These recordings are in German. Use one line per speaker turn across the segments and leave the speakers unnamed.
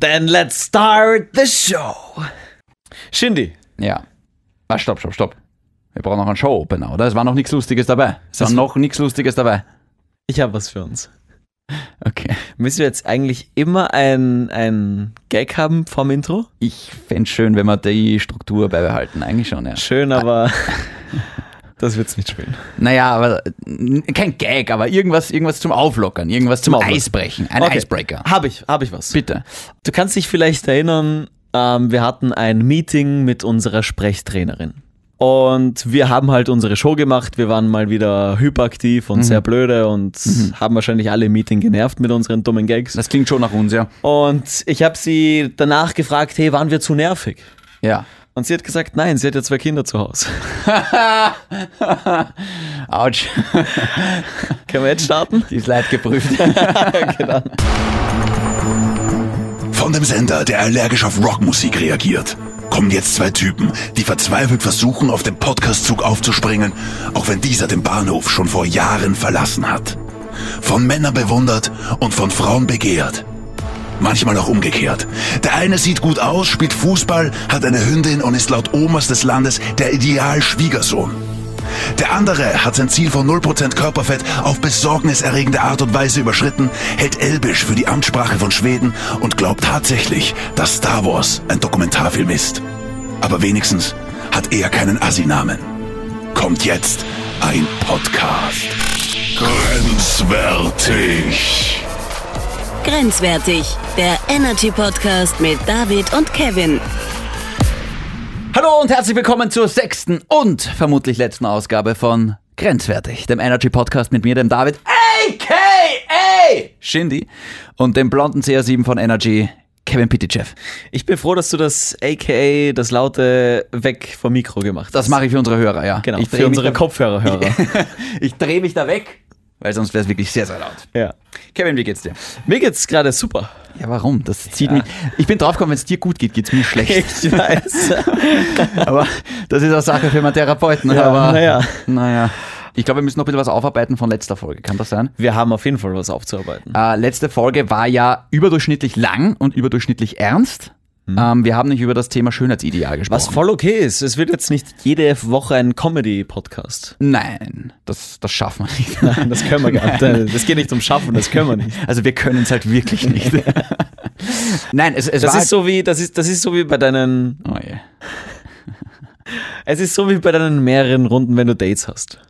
Then let's start the show. Shindy,
Ja. Ah, stopp, stopp, stopp. Wir brauchen noch einen Show-Opener, oder? Es war noch nichts Lustiges dabei. Es war
Das-
noch nichts Lustiges dabei.
ich habe was für uns.
Okay.
Müssen wir jetzt eigentlich immer ein, ein Gag haben vom Intro?
Ich fände es schön, wenn wir die Struktur beibehalten. Eigentlich schon, ja.
Schön, aber das wird's nicht spielen.
Naja, aber n- kein Gag, aber irgendwas, irgendwas zum Auflockern, irgendwas zum,
Zum Auflockern.
Eisbrechen. Ein Icebreaker.
Habe ich, hab ich was.
Bitte.
Du kannst dich vielleicht erinnern, ähm, wir hatten ein Meeting mit unserer Sprechtrainerin. Und wir haben halt unsere Show gemacht. Wir waren mal wieder hyperaktiv
Mhm.
und sehr blöde und haben wahrscheinlich alle im Meeting genervt mit unseren dummen Gags.
Das klingt schon nach uns, ja.
Und ich habe sie danach gefragt, hey, waren wir zu nervig?
Ja.
Und sie hat gesagt, nein, sie hat ja zwei Kinder zu Hause.
Autsch.
Können wir jetzt starten? Genau.
Die ist leid geprüft.
Von dem Sender, der allergisch auf Rockmusik reagiert, kommen jetzt zwei Typen, die verzweifelt versuchen, auf den Podcastzug aufzuspringen, auch wenn dieser den Bahnhof schon vor Jahren verlassen hat. Von Männern bewundert und von Frauen begehrt. Manchmal auch umgekehrt. Der eine sieht gut aus, spielt Fußball, hat eine Hündin und ist laut Omas des Landes der Idealschwiegersohn. Der andere hat sein Ziel von 0% Körperfett auf besorgniserregende Art und Weise überschritten, hält Elbisch für die Amtssprache von Schweden und glaubt tatsächlich, dass Star Wars ein Dokumentarfilm ist. Aber wenigstens hat er keinen Assi-Namen. Kommt jetzt ein Podcast. Grenzwertig.
Grenzwertig, der Energy Podcast mit David und Kevin.
Hallo und herzlich willkommen zur sechsten und vermutlich letzten Ausgabe von Grenzwertig, dem Energy Podcast mit mir, dem David, a.k.a. Shindy und dem blonden CR7 von Energy, Kevin Pitychev.
Ich bin froh, dass du das AKA, das Laute, weg vom Mikro gemacht hast.
Das mache ich für unsere Hörer, ja.
Genau,
ich
für
dreh mich
unsere
da-
Kopfhörerhörer.
ich drehe mich da weg, weil sonst wäre es wirklich sehr, sehr laut.
ja.
Kevin, wie geht's dir?
Mir geht's gerade super.
Ja, warum? Das zieht mich. Ich bin draufgekommen, wenn es dir gut geht, geht's mir schlecht.
Ich weiß.
aber das ist eine Sache für meinen Therapeuten.
Ja,
aber
na ja.
Genau. naja. Ich glaube, wir müssen noch ein bisschen was aufarbeiten von letzter Folge. Kann das sein?
Wir haben auf jeden Fall was aufzuarbeiten.
Äh, letzte Folge war ja überdurchschnittlich lang und überdurchschnittlich ernst. Ähm, wir haben nicht über das Thema Schönheitsideal
Hm. Was
gesprochen.
voll okay ist. Es wird jetzt nicht jede Woche ein Comedy-Podcast.
Nein, das, das schaffen wir nicht.
Das können wir gar nicht. Das geht nicht um Schaffen, das können wir nicht.
Also wir können es halt wirklich nicht. Nein, es, es
Das
war
ist so wie, das ist, das ist so wie bei deinen,
Oh je.
es ist so wie bei deinen mehreren Runden, wenn du Dates hast.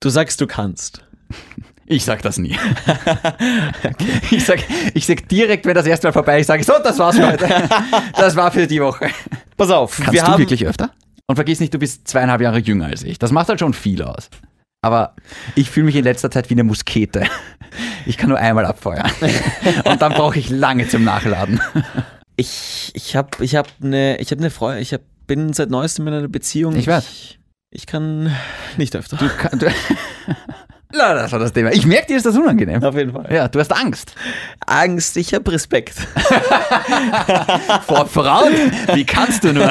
Du sagst, du kannst.
Ich sag das nie. ich, sag, ich sag direkt, wenn das erste Mal vorbei ist, sage ich so, das war's für heute. Das war für die Woche.
Pass auf,
Kannst
wir
du
haben,
wirklich öfter? Und vergiss nicht, du bist zweieinhalb Jahre jünger als ich. Das macht halt schon viel aus. Aber ich fühle mich in letzter Zeit wie eine Muskete. Ich kann nur einmal abfeuern. Und dann brauche ich lange zum Nachladen.
ich, ich hab, ich hab ne, ich hab ne Freundin, ich hab, bin seit neuestem in einer Beziehung.
Ich weiß.
Ich, ich kann nicht öfter.
Du kann, du Na, das war das Thema. Ich merke dir, ist das unangenehm.
auf jeden Fall.
Ja, du hast Angst.
Angst, ich hab Respekt.
Vor Frauen? Wie kannst du nur?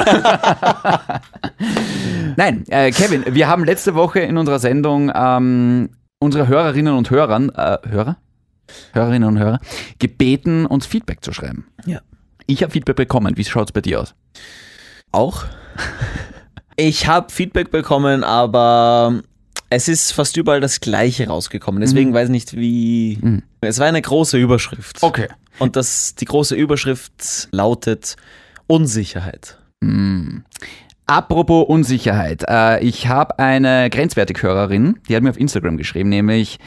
Nein, äh, Kevin, wir haben letzte Woche in unserer Sendung ähm, unsere Hörerinnen und Hörern, äh, Hörer? Hörerinnen und Hörer, gebeten, uns Feedback zu schreiben.
Ja.
Ich habe Feedback bekommen. Wie schaut es bei dir aus?
Auch. Ich habe Feedback bekommen, aber es ist fast überall das Gleiche rausgekommen.
Mhm.
Deswegen weiß ich nicht, wie. Es war eine große Überschrift. Und das, die große Überschrift lautet Unsicherheit.
Apropos Unsicherheit. Äh, ich habe eine grenzwertig Hörerin, die hat mir auf Instagram geschrieben, nämlich.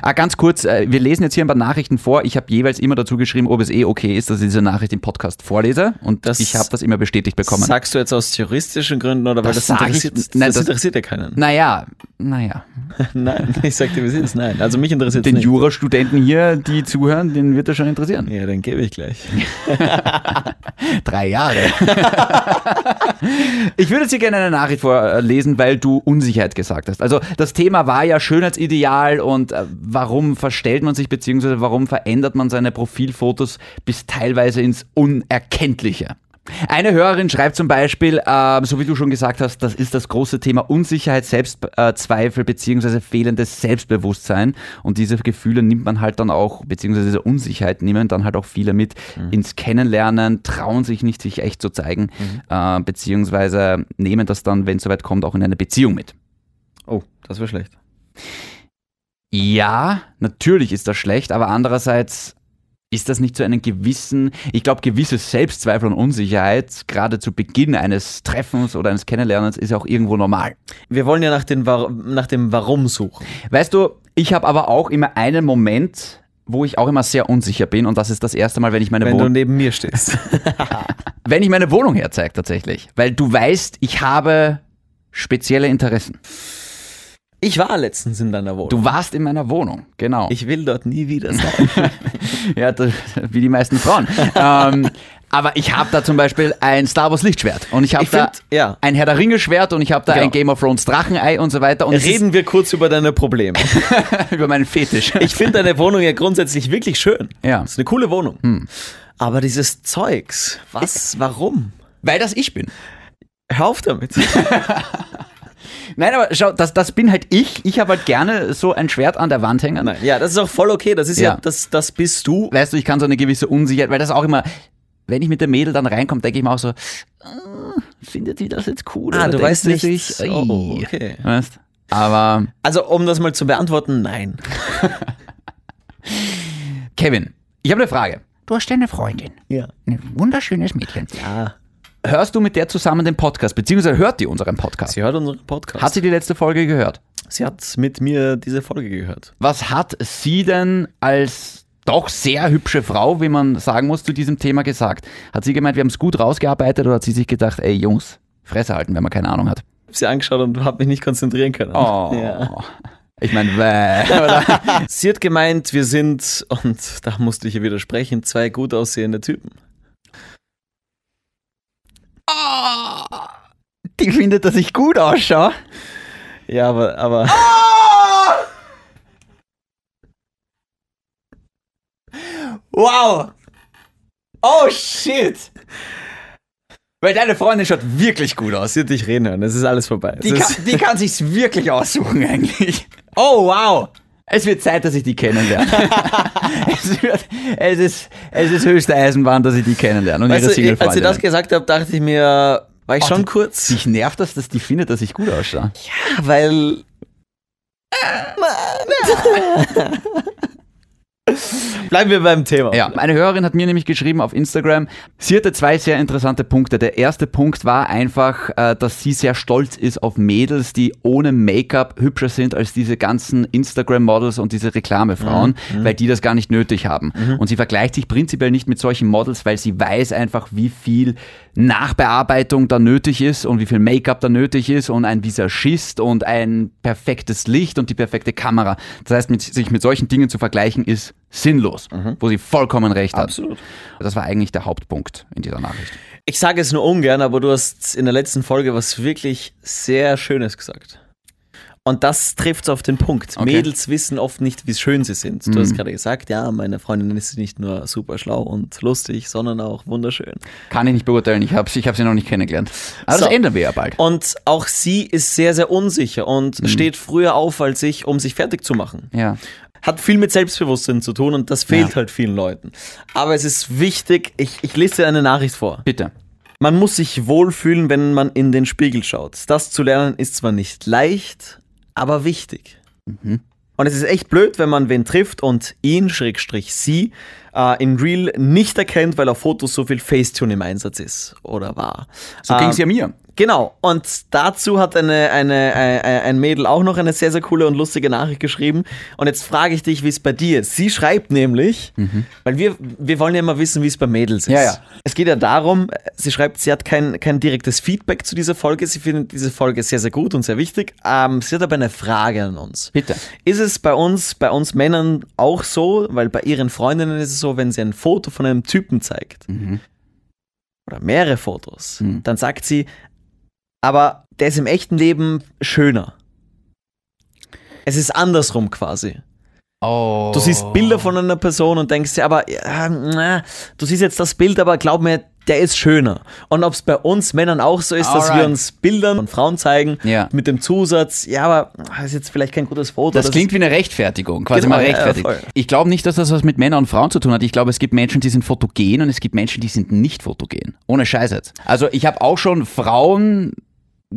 Ah, ganz kurz, äh, wir lesen jetzt hier ein paar Nachrichten vor. Ich habe jeweils immer dazu geschrieben, ob es eh okay ist, dass ich diese Nachricht im Podcast vorlese. Und
Das-
ich habe das immer bestätigt bekommen.
Sagst du jetzt aus juristischen Gründen oder weil
Das
das,
sag ich-
interessiert,
nein,
das,
das-
interessiert ja keinen?
Naja, naja.
Nein, ich sag dir, wie es ist. Nein, also mich interessiert es
Den
nicht.
Jurastudenten hier, die zuhören, den wird das schon interessieren.
Ja, dann gebe ich gleich.
Drei Jahre. ich würde dir gerne eine Nachricht vorlesen, weil du Unsicherheit gesagt hast. Also das Thema war ja Schönheitsideal und äh, warum verstellt man sich beziehungsweise warum verändert man seine Profilfotos bis teilweise ins Unerkenntliche. Eine Hörerin schreibt zum Beispiel, ähm, so wie du schon gesagt hast, das ist das große Thema Unsicherheit, Selbstzweifel beziehungsweise fehlendes Selbstbewusstsein. Und diese Gefühle nimmt man halt dann auch, beziehungsweise diese Unsicherheit nehmen dann halt auch viele mit
Mhm.
ins Kennenlernen, trauen sich nicht, sich echt zu zeigen,
Mhm.
äh, beziehungsweise nehmen das dann, wenn es soweit kommt, auch in eine Beziehung mit.
Oh, das wäre schlecht.
Ja, natürlich ist das schlecht, aber andererseits ist das nicht zu einem gewissen, ich glaube, gewisse Selbstzweifel und Unsicherheit, gerade zu Beginn eines Treffens oder eines Kennenlernens, ist auch irgendwo normal.
Wir wollen ja nach, den, Wa- nach dem Warum suchen.
Weißt du, ich habe aber auch immer einen Moment, wo ich auch immer sehr unsicher bin und das ist das erste Mal, wenn ich meine,
Wenn du
Wohn
neben mir stehst.
wenn ich meine Wohnung herzeige tatsächlich. Weil du weißt, ich habe spezielle Interessen.
Ich war letztens in deiner Wohnung.
Du warst in meiner Wohnung, genau.
Ich will dort nie wieder sein.
Ja, das, wie die meisten Frauen. ähm, aber ich habe da zum Beispiel ein Star Wars Lichtschwert und ich habe
Ich
da
find, ja.
ein Herr der Ringe Schwert und ich habe da
Genau.
ein Game of Thrones Drachenei und so weiter und es
Reden wir kurz über deine Probleme.
ist über meinen Fetisch.
Ich finde deine Wohnung ja grundsätzlich wirklich schön.
Ja.
Ist eine coole Wohnung. Aber dieses Zeugs, was, warum?
weil das ich bin.
Hör auf damit.
Nein, aber schau, das, das bin halt ich. Ich habe halt gerne so ein Schwert an der Wand hängen.
Nein, ja, das ist auch voll okay. Das ist ja,
Ja.
das, das bist du.
Weißt du, ich kann so eine gewisse Unsicherheit, weil das auch immer, wenn ich mit der Mädel dann reinkomme, denke ich mir auch so, äh, findet die das jetzt cool?
Ah,
oder
du
denkt
weißt
die
nicht-
sich, ei.
oh, okay.
Weißt? Aber
Also, um das mal zu beantworten, nein.
Kevin, ich habe eine Frage. Du hast eine Freundin.
Ja.
Ein wunderschönes Mädchen.
Ah,
Hörst du mit der zusammen den Podcast, beziehungsweise hört die unseren Podcast?
sie hört unseren Podcast.
Hat sie die letzte Folge gehört?
sie hat mit mir diese Folge gehört.
Was hat sie denn als doch sehr hübsche Frau, wie man sagen muss, zu diesem Thema gesagt? Hat sie gemeint, wir haben es gut rausgearbeitet oder hat sie sich gedacht, ey Jungs, Fresse halten, wenn man keine Ahnung hat?
Ich hab sie angeschaut und habe mich nicht konzentrieren können.
Oh.
Ja.
Ich meine, wäh, oder?
Sie hat gemeint, wir sind, und da musste ich ihr widersprechen, zwei gut aussehende Typen.
die findet, dass ich gut ausschaue.
Ja, aber, aber
Wow! Oh shit! Weil deine Freundin schaut wirklich gut aus.
sie hat dich reden hören. Es ist alles vorbei.
Die
es ist,
kann, die kann sich's wirklich aussuchen eigentlich. Oh wow. Es wird Zeit, dass ich die kennenlerne. es, wird, es, ist, es ist höchste Eisenbahn, dass ich die kennenlerne und ihre
Weißt du, als ihr
Single-Freundin.
das gesagt habt, dachte ich mir, war ich
Oh,
schon
die-
kurz?
Dich nervt das, dass die findet, dass ich gut ausschaue?
weil. Bleiben wir beim Thema.
Ja, eine Hörerin hat mir nämlich geschrieben auf Instagram, sie hatte zwei sehr interessante Punkte. Der erste Punkt war einfach, äh, dass sie sehr stolz ist auf Mädels, die ohne Make-up hübscher sind als diese ganzen Instagram-Models und diese Reklamefrauen, weil die das gar nicht nötig haben. Und sie vergleicht sich prinzipiell nicht mit solchen Models, weil sie weiß einfach, wie viel Nachbearbeitung da nötig ist und wie viel Make-up da nötig ist und ein Visagist und ein perfektes Licht und die perfekte Kamera. Das heißt, mit, sich mit solchen Dingen zu vergleichen, ist sinnlos, wo sie vollkommen recht hat.
Mhm. Absolut.
Das war eigentlich der Hauptpunkt in dieser Nachricht.
Ich sage es nur ungern, aber du hast in der letzten Folge was wirklich sehr Schönes gesagt. Und das trifft es auf den Punkt.
Okay. Mhm.
Mädels wissen oft nicht, wie schön sie sind. Du hast gerade gesagt, ja, meine Freundin ist nicht nur super schlau und lustig, sondern auch wunderschön.
Kann ich nicht beurteilen, ich habe ich hab sie noch nicht kennengelernt. Aber
So. Oh.
das ändern wir ja bald.
Und auch sie ist sehr, sehr unsicher und
Mhm.
steht früher auf als ich, um sich fertig zu machen.
Ja.
Hat viel mit Selbstbewusstsein zu tun und das fehlt
Ja.
halt vielen Leuten. Aber es ist wichtig, ich, ich lese dir eine Nachricht vor.
Bitte.
Man muss sich wohlfühlen, wenn man in den Spiegel schaut. Das zu lernen ist zwar nicht leicht, aber wichtig.
Mhm.
Und es ist echt blöd, wenn man wen trifft und ihn, Schrägstrich sie, äh, in Real nicht erkennt, weil auf Fotos so viel Facetune im Einsatz ist oder war.
So
Ähm,
ging's ja mir.
Genau, und dazu hat eine, eine, ein- ein Mädel auch noch eine sehr, sehr coole und lustige Nachricht geschrieben. Und jetzt frage ich dich, wie es bei dir ist. Sie schreibt nämlich, weil wir, wir wollen ja immer wissen, wie es bei Mädels ist.
Mhm. Ja, ja.
Es geht ja darum, äh, sie schreibt, sie hat kein, kein direktes Feedback zu dieser Folge. Sie findet diese Folge sehr, sehr gut und sehr wichtig. Ähm, sie hat aber eine Frage an uns.
Bitte.
Ist es bei uns, bei uns Männern auch so, weil bei ihren Freundinnen ist es so, wenn sie ein Foto von einem Typen zeigt
Mhm.
oder mehrere Fotos, dann sagt sie, aber der ist im echten Leben schöner. Es ist andersrum quasi.
Oh.
äh, Du siehst Bilder von einer Person und denkst dir, aber ja, na, du siehst jetzt das Bild, aber glaub mir, der ist schöner. Und ob es bei uns Männern auch so ist, dass
Alright.
wir uns Bildern von Frauen zeigen,
Ja.
mit dem Zusatz, ja, aber ah, ist jetzt vielleicht kein gutes Foto.
Das,
ist-
klingt wie eine Rechtfertigung, quasi
Genau,
mal
ja, ja,
rechtfertigt.
voll.
ich glaube nicht, dass das was mit Männern und Frauen zu tun hat. Ich glaube, es gibt Menschen, die sind fotogen und es gibt Menschen, die sind nicht fotogen. Ohne Scheiß jetzt. Also ich habe auch schon Frauen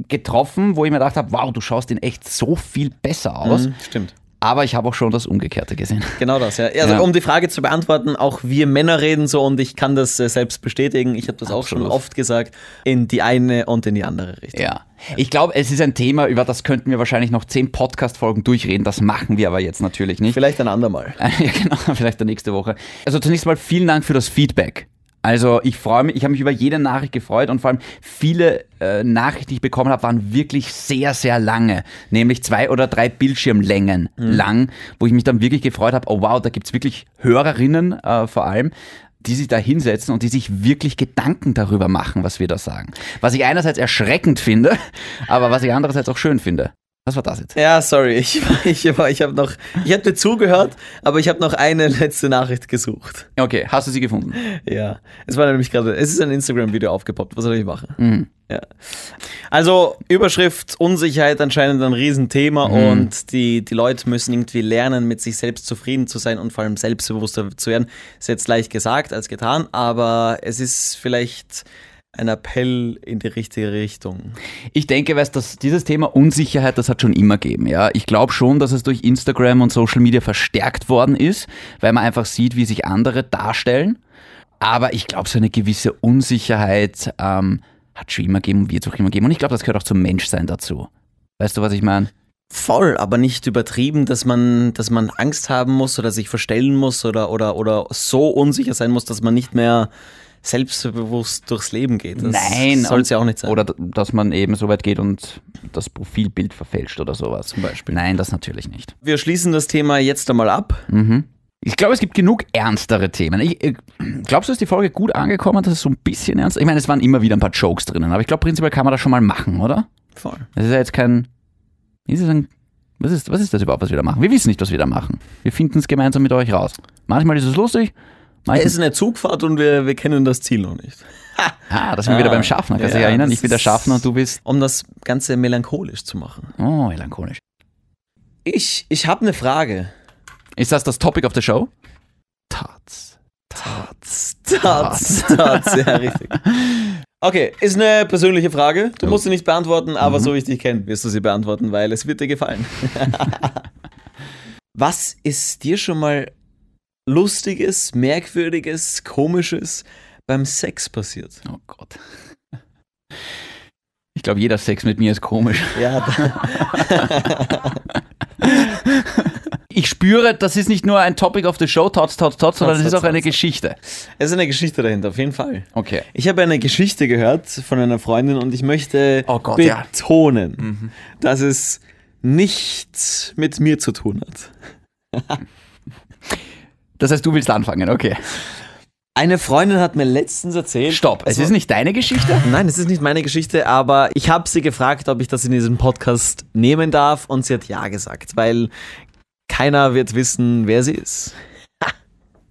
getroffen, wo ich mir gedacht habe, wow, du schaust in echt so viel besser aus.
Mhm, stimmt.
Aber ich habe auch schon das Umgekehrte gesehen.
Genau das, ja. Also,
Ja.
Um die Frage zu beantworten, auch wir Männer reden so und ich kann das äh, selbst bestätigen. Ich habe das auch schon
Absolut.
oft gesagt, in die eine und in die andere Richtung.
Ja. Ich glaube, es ist ein Thema, über das könnten wir wahrscheinlich noch zehn Podcast-Folgen durchreden. Das machen wir aber jetzt natürlich nicht.
Vielleicht ein andermal.
Ja, genau, vielleicht dann nächste Woche. Also zunächst mal vielen Dank für das Feedback. Also ich freue mich, ich habe mich über jede Nachricht gefreut und vor allem viele äh, Nachrichten, die ich bekommen habe, waren wirklich sehr, sehr lange. Nämlich zwei oder drei Bildschirmlängen lang, wo ich mich dann wirklich gefreut habe, oh wow, da gibt es wirklich Hörerinnen äh, vor allem, die sich da hinsetzen und die sich wirklich Gedanken darüber machen, was wir da sagen. Was ich einerseits erschreckend finde, aber was ich andererseits auch schön finde. Was war das jetzt?
Ja, sorry, ich, war- ich, war- ich habe noch, ich habe dir zugehört, aber ich habe noch eine letzte Nachricht gesucht.
Okay, hast du sie gefunden?
Ja, es war nämlich gerade, es ist ein Instagram-Video aufgepoppt, was soll ich machen? Ja. Also Überschrift, Unsicherheit anscheinend ein Riesenthema und die, die Leute müssen irgendwie lernen, mit sich selbst zufrieden zu sein und vor allem selbstbewusster zu werden. Ist jetzt leicht gesagt als getan, aber es ist vielleicht ein Appell in die richtige Richtung.
Ich denke, weißt, dass dieses Thema Unsicherheit, das hat schon immer gegeben. Ja, ich glaube schon, dass es durch Instagram und Social Media verstärkt worden ist, weil man einfach sieht, wie sich andere darstellen. Aber ich glaube, so eine gewisse Unsicherheit ähm, hat schon immer gegeben und wird es auch immer geben. Und ich glaube, das gehört auch zum Menschsein dazu. Weißt du, was ich meine?
Voll, aber nicht übertrieben, dass man, dass man Angst haben muss oder sich verstellen muss oder, oder, oder so unsicher sein muss, dass man nicht mehr selbstbewusst durchs Leben geht. Das
Nein,
soll es ja auch nicht sein.
Oder d- dass man eben so weit geht und das Profilbild verfälscht oder sowas. Zum Beispiel. Nein, das natürlich nicht.
wir schließen das Thema jetzt einmal ab.
Ich glaube, es gibt genug ernstere Themen. Ich, äh, glaubst du, ist die Folge gut angekommen, dass es so ein bisschen ernst Ich meine, es waren immer wieder ein paar Jokes drinnen, aber ich glaube, prinzipiell kann man das schon mal machen, oder?
Voll.
Das ist ja jetzt kein. Ist es ein, was, ist, was ist das überhaupt, was wir da machen? Wir wissen nicht, was wir da machen. Wir finden es gemeinsam mit euch raus. Manchmal ist es lustig,
Es
manchmal.
ist eine Zugfahrt und wir, wir kennen das Ziel noch nicht.
ah, das sind wir wieder beim Schaffner. Kannst du dich
Ja,
erinnern?
das
Ich bin der
ist-
Schaffner und du bist.
Um das Ganze melancholisch zu machen.
Oh, melancholisch.
Ich, ich habe eine Frage.
Ist das das Topic of the Show? Tats.
Tats, tats, tats. Ja, richtig. Okay, ist eine persönliche Frage. Du musst sie nicht beantworten,
Mhm.
aber so wie ich dich kenne, wirst du sie beantworten, weil es wird dir gefallen. Was ist dir schon mal Lustiges, Merkwürdiges, Komisches beim Sex passiert?
Oh Gott. Ich glaube, jeder Sex mit mir ist komisch.
Ja, da,
Ich spüre, das ist nicht nur ein Topic of the Show, Tots, Tots, Tots, sondern es
Tots,
ist auch
Tots,
eine
Tots.
Geschichte.
es ist eine Geschichte dahinter, auf jeden Fall.
Okay.
Ich habe eine Geschichte gehört von einer Freundin und ich möchte
Oh Gott, ja. Mhm.
betonen, dass es nichts mit mir zu tun hat.
Das heißt, du willst anfangen, okay.
Eine Freundin hat mir letztens erzählt.
Stopp, es
Also-
ist nicht deine Geschichte?
Nein, es ist nicht meine Geschichte, aber ich habe sie gefragt, ob ich das in diesem Podcast nehmen darf und sie hat ja gesagt, weil keiner wird wissen, wer sie ist.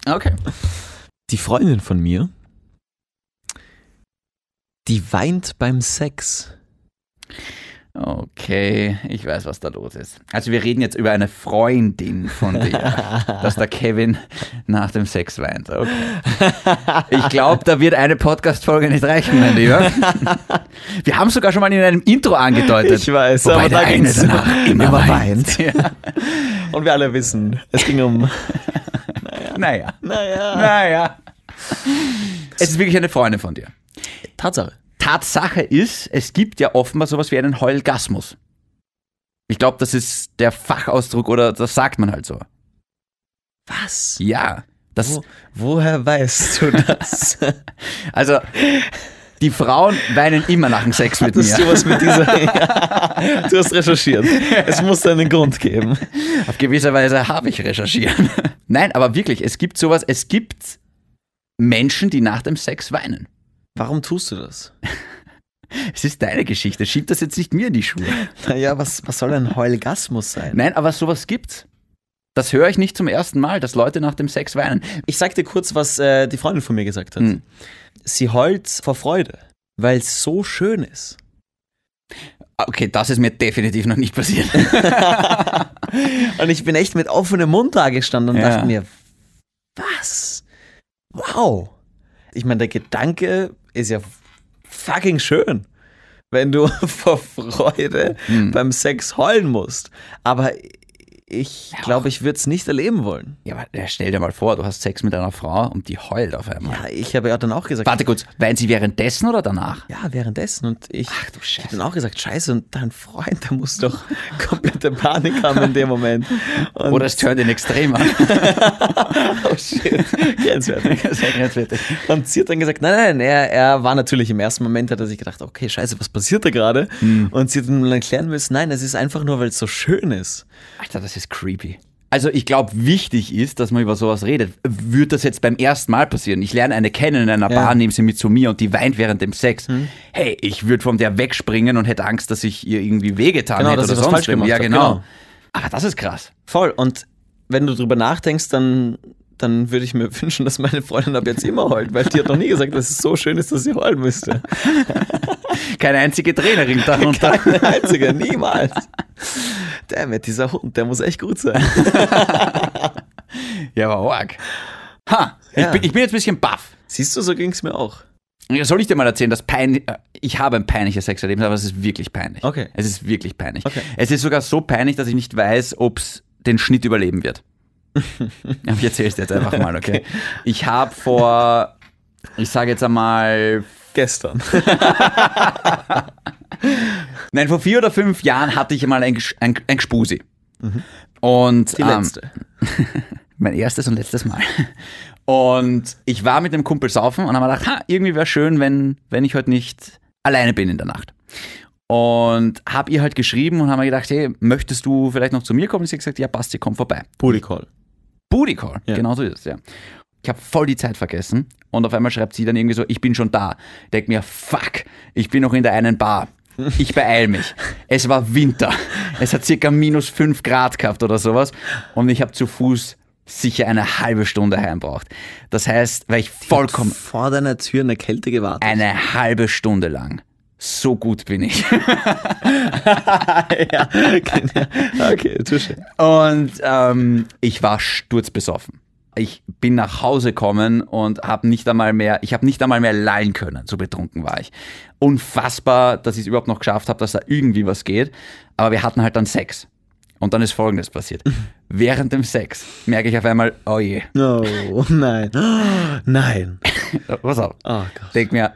Okay.
Die Freundin von mir, die weint beim Sex.
Okay, ich weiß, was da los ist. Also wir reden jetzt über eine Freundin von dir, dass der Kevin nach dem Sex weint. Okay. Ich glaube, da wird eine Podcast-Folge nicht reichen, mein Lieber. Wir haben sogar schon mal in einem Intro angedeutet.
Ich weiß,
Wobei
aber
der
da
eine
ging's
danach immer,
immer
weint. Ja.
Und wir alle wissen, es ging um.
Naja,
Naja.
naja. Es ist wirklich eine Freundin von dir.
Tatsache.
Tatsache ist, es gibt ja offenbar sowas wie einen Heulgasmus. Ich glaube, das ist der Fachausdruck oder das sagt man halt so.
Was?
Ja, das
Wo, woher weißt du das?
also die Frauen weinen immer nach dem Sex mit
Hattest
mir.
du was mit dieser. du hast recherchiert. Es muss einen Grund geben.
Auf gewisse Weise habe ich recherchiert. Nein, aber wirklich, es gibt sowas, es gibt Menschen, die nach dem Sex weinen.
Warum tust du das?
Es ist deine Geschichte, schieb das jetzt nicht mir in die Schuhe.
Naja, was, was soll ein Heulgasmus sein?
Nein, aber sowas gibt's. Das höre ich nicht zum ersten Mal, dass Leute nach dem Sex weinen.
Ich sag dir kurz, was äh, die Freundin von mir gesagt hat.
Hm.
Sie heult vor Freude, weil es so schön ist.
Ah, Okay, das ist mir definitiv noch nicht passiert.
Und ich bin echt mit offenem Mund da gestanden und
Ja.
dachte mir, was? Wow. Ich meine, der Gedanke ist ja fucking schön, wenn du vor Freude
Hm.
beim Sex heulen musst. Aber ich glaube, ich würde es nicht erleben wollen.
ja, aber äh, stell dir mal vor, du hast Sex mit einer Frau und die heult auf einmal.
Ja, ich habe ja dann auch gesagt,
Warte kurz, weinen sie währenddessen oder danach?
ja, währenddessen. Und ich
Ach du
Ich
Scheiße.
hab dann auch gesagt, scheiße, und dein Freund, der muss doch komplette Panik haben in dem Moment. Und
Oder es tönt ihn extrem an.
oh shit, grenzwertig.
Sehr grenzwertig.
Und sie hat dann gesagt, nein, nein, er, er war natürlich im ersten Moment, hat er sich gedacht, okay, scheiße, was passiert da gerade?
Mhm.
Und sie hat ihm dann erklären müssen, nein, es ist einfach nur, weil es so schön ist.
Alter, das ist creepy. Also ich glaube, wichtig ist, dass man über sowas redet. Würde das jetzt beim ersten Mal passieren? Ich lerne eine kennen in einer
Ja. Hm.
Bar, nehme sie mit zu mir und die weint während dem Sex. Hey, ich würde von der wegspringen und hätte Angst, dass ich ihr irgendwie wehgetan
Genau,
hätte
dass
oder
sie was
sonst
falsch gemacht
Ja,
hat,
genau.
genau.
Aber das ist krass.
Voll. Und wenn du drüber nachdenkst, dann, dann würde ich mir wünschen, dass meine Freundin ab jetzt immer heult, weil die hat noch nie gesagt, dass es so schön ist, dass sie heulen müsste.
Keine einzige Trainerin darunter.
Keine einzige, niemals. Damn it, dieser Hund, der muss echt gut sein.
ja, aber arg. Ha, ich,
Ja.
bin, ich bin jetzt ein bisschen baff.
Siehst du, so ging es mir auch.
Ja, Soll ich dir mal erzählen, dass pein äh, ich habe ein peinliches Sexerlebnis, aber es ist wirklich peinlich.
Okay.
Es ist wirklich peinlich.
Okay.
Es ist sogar so peinlich, dass ich nicht weiß, ob es den Schnitt überleben wird. aber ich erzähle es dir jetzt einfach mal, okay? Ich habe vor, ich sage jetzt einmal,
Gestern.
nein, vor vier oder fünf Jahren hatte ich mal ein, Gesch- ein, ein Gspusi. Und
Die
ähm,
letzte.
mein erstes und letztes Mal. Und ich war mit dem Kumpel saufen und habe mir gedacht, ha, irgendwie wäre schön, wenn, wenn ich heute nicht alleine bin in der Nacht. Und habe ihr halt geschrieben und haben mir gedacht, hey, möchtest du vielleicht noch zu mir kommen? Und sie hat gesagt, ja, passt, sie kommt vorbei.
Booty Call.
Booty Call,
Ja.
genau so ist es, ja. Ich habe voll die Zeit vergessen und auf einmal schreibt sie dann irgendwie so, ich bin schon da. Denk mir, fuck, ich bin noch in der einen Bar. Ich beeil mich. Es war Winter. Es hat circa minus 5 Grad gehabt oder sowas und ich habe zu Fuß sicher eine halbe Stunde heimbraucht. Das heißt, weil ich vollkommen
Vor deiner Tür in der Kälte gewartet.
eine halbe Stunde lang. So gut bin ich.
Ah, Okay, Tische.
Und ähm, ich war sturzbesoffen. Ich bin nach Hause gekommen und habe nicht einmal mehr, ich habe nicht einmal mehr lallen können, so betrunken war ich. Unfassbar, dass ich es überhaupt noch geschafft habe, dass da irgendwie was geht. Aber wir hatten halt dann Sex. Und dann ist Folgendes passiert. Während dem Sex merke ich auf einmal, oh je,
No, nein. Nein.
Äh, pass auf.
Oh Gott.
Denk mir,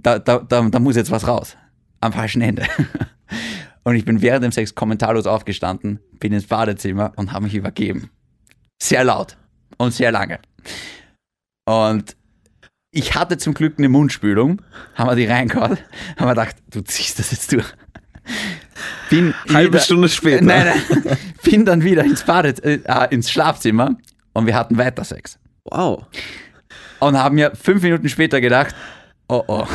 da, da, da, da muss jetzt was raus. Am falschen Ende. Und ich bin während dem Sex kommentarlos aufgestanden, bin ins Badezimmer und habe mich übergeben. Sehr laut und sehr lange. Und ich hatte zum Glück eine Mundspülung, haben wir die reingehauen, haben wir gedacht, du ziehst das jetzt durch. Bin
Halbe
wieder-
Stunde später.
Nein, nein. Bin dann wieder ins, Bade, äh, ins Schlafzimmer und wir hatten weiter Sex
Wow.
und haben mir fünf Minuten später gedacht, oh oh.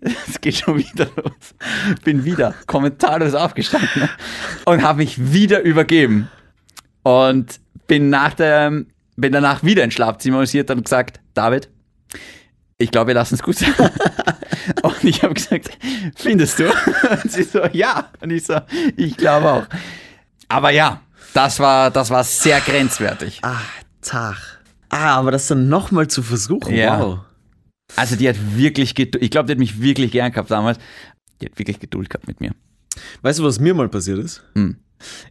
Es geht schon wieder los. Bin wieder kommentarlos aufgestanden und habe mich wieder übergeben. Und bin, nach der, bin danach wieder ins Schlafzimmer und sie hat dann gesagt, David, ich glaube, wir lassen es gut sein. Und ich habe gesagt, findest du? Und sie so, ja. Und ich so, ich glaube auch. Aber ja, das war, das war sehr grenzwertig.
Ah, Tag. Ah, aber das dann nochmal zu versuchen.
Ja.
Wow.
Also die hat wirklich Geduld. Ich glaube, die hat mich wirklich gern gehabt damals. Die hat wirklich Geduld gehabt mit mir.
Weißt du, was mir mal passiert ist?
Hm.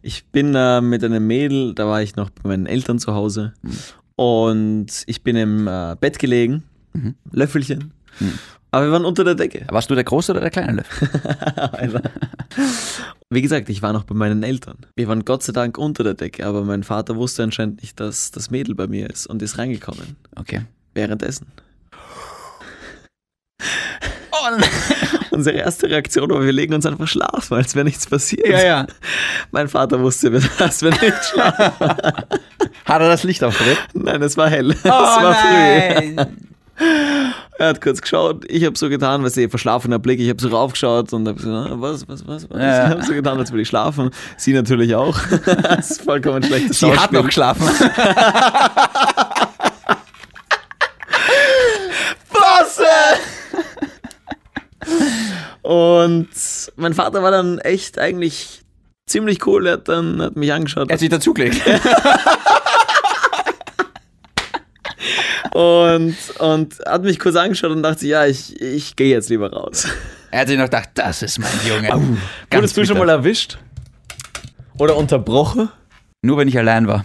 Ich bin äh, mit einem Mädel, da war ich noch bei meinen Eltern zu Hause.
Hm.
Und ich bin im äh, Bett gelegen.
Mhm.
Löffelchen.
Hm.
Aber wir waren unter der Decke.
Warst du der Große oder der Kleine Löffel?
Alter. Wie gesagt, ich war noch bei meinen Eltern. Wir waren Gott sei Dank unter der Decke, aber mein Vater wusste anscheinend nicht, dass das Mädel bei mir ist und ist reingekommen.
Okay.
Währenddessen.
Oh nein.
Unsere erste Reaktion war, wir legen uns einfach schlafen, als wäre nichts passiert.
Ja, ja.
Mein Vater wusste, dass wir nicht schlafen.
Hat er das Licht aufgedreht?
Nein, es war hell. es
Oh
war früh.
nein.
Er hat kurz geschaut, ich habe so getan, weißt du, verschlafener Blick, ich habe so raufgeschaut und habe so, na, was, was, was, was?
Ja.
Ich habe so getan, als würde ich schlafen. Sie natürlich auch. das ist vollkommen schlechtes
Sie hat
Schauspiel.
noch geschlafen.
Und mein Vater war dann echt eigentlich ziemlich cool. Er hat dann hat mich angeschaut
Er hat sich dazugelegt.
und, und hat mich kurz angeschaut und dachte, sich, ja, ich, ich gehe jetzt lieber raus.
Er hat sich noch gedacht, das ist mein Junge. Ganz
Wurdest du schon
bitter.
mal erwischt? Oder unterbrochen?
Nur wenn ich allein war.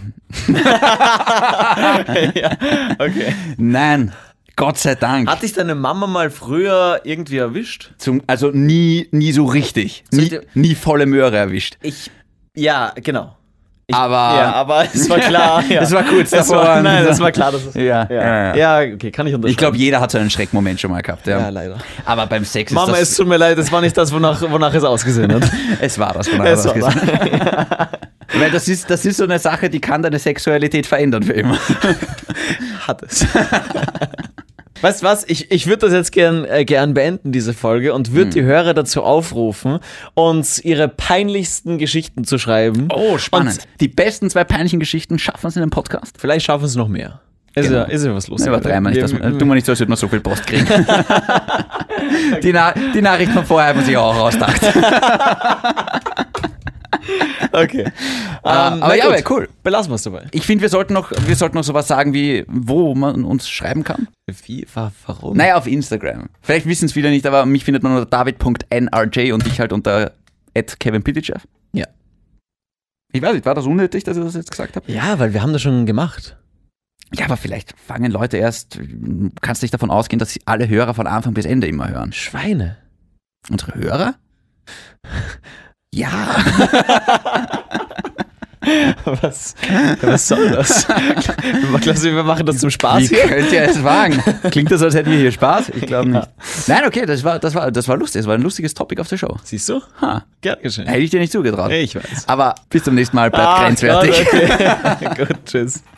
Okay.
Nein, Gott sei Dank.
Hat dich deine Mama mal früher irgendwie erwischt?
Zum, also nie, nie so richtig.
So
Nie,
die-
nie volle Möhre erwischt.
Ich. Ja, genau. Ich,
Aber-
Ja, aber es war klar. Ja.
Das war kurz
Das
davor.
war, nein, das war klar, dass es.
Ja, ja,
ja. ja okay, kann ich unterschreiben.
Ich glaube, jeder hat so einen Schreckmoment schon mal gehabt. Ja,
Ja, leider.
Aber beim Sex ist
Mama,
das.
es tut mir leid, das war nicht das, wonach, wonach es ausgesehen hat.
es war das, von
Es
was
war
gesagt. Weil das ist, das ist so eine Sache, die kann deine Sexualität verändern für immer.
hat es. Weißt du was? Ich, ich würde das jetzt gern, äh, gern beenden, diese Folge, und
Hm.
würde die Hörer dazu aufrufen, uns ihre peinlichsten Geschichten zu schreiben.
Oh,
Und
Und die besten zwei peinlichen Geschichten schaffen es in einem Podcast.
vielleicht schaffen es noch mehr. Ist,
Genau.
ja, ist ja was los.
Aber dreimal nicht,
Wir-
dass man, tu mal nicht so, als würde man halt so viel Post kriegen. die, Na die Nachricht von vorher hat man sich auch ausgedacht.
Okay. Ähm,
aber
na
ja,
gut.
aber cool.
Belassen wir es dabei.
Ich finde, wir sollten noch, wir sollten noch sowas sagen wie, wo man uns schreiben kann.
Wie? Wa- Warum?
Naja, auf Instagram. Vielleicht wissen es wieder nicht, aber mich findet man unter david.nrj und ich halt unter kevinpitichev.
Ja.
Ich weiß nicht, war das unnötig, dass ich das jetzt gesagt habe?
Ja, weil wir haben das schon gemacht.
Ja, aber vielleicht fangen Leute erst, kannst nicht davon ausgehen, dass sie alle Hörer von Anfang bis Ende immer hören.
Schweine.
Unsere Hörer? Ja.
Was? Was soll das? Glaubst du, wir machen das zum Spaß
Wie
hier?
könnt ihr es wagen? Klingt das, als hätten wir hier Spaß? Ich glaube nicht. Nein, okay, das war, das, war, das war lustig. Das war ein lustiges Topic auf der Show.
Siehst du?
Ha,
Gern geschehen.
hätte ich dir nicht zugetraut.
Ich weiß.
Aber bis zum nächsten Mal, bleibt grenzwertig.
Gott, ah, okay. Gut, tschüss.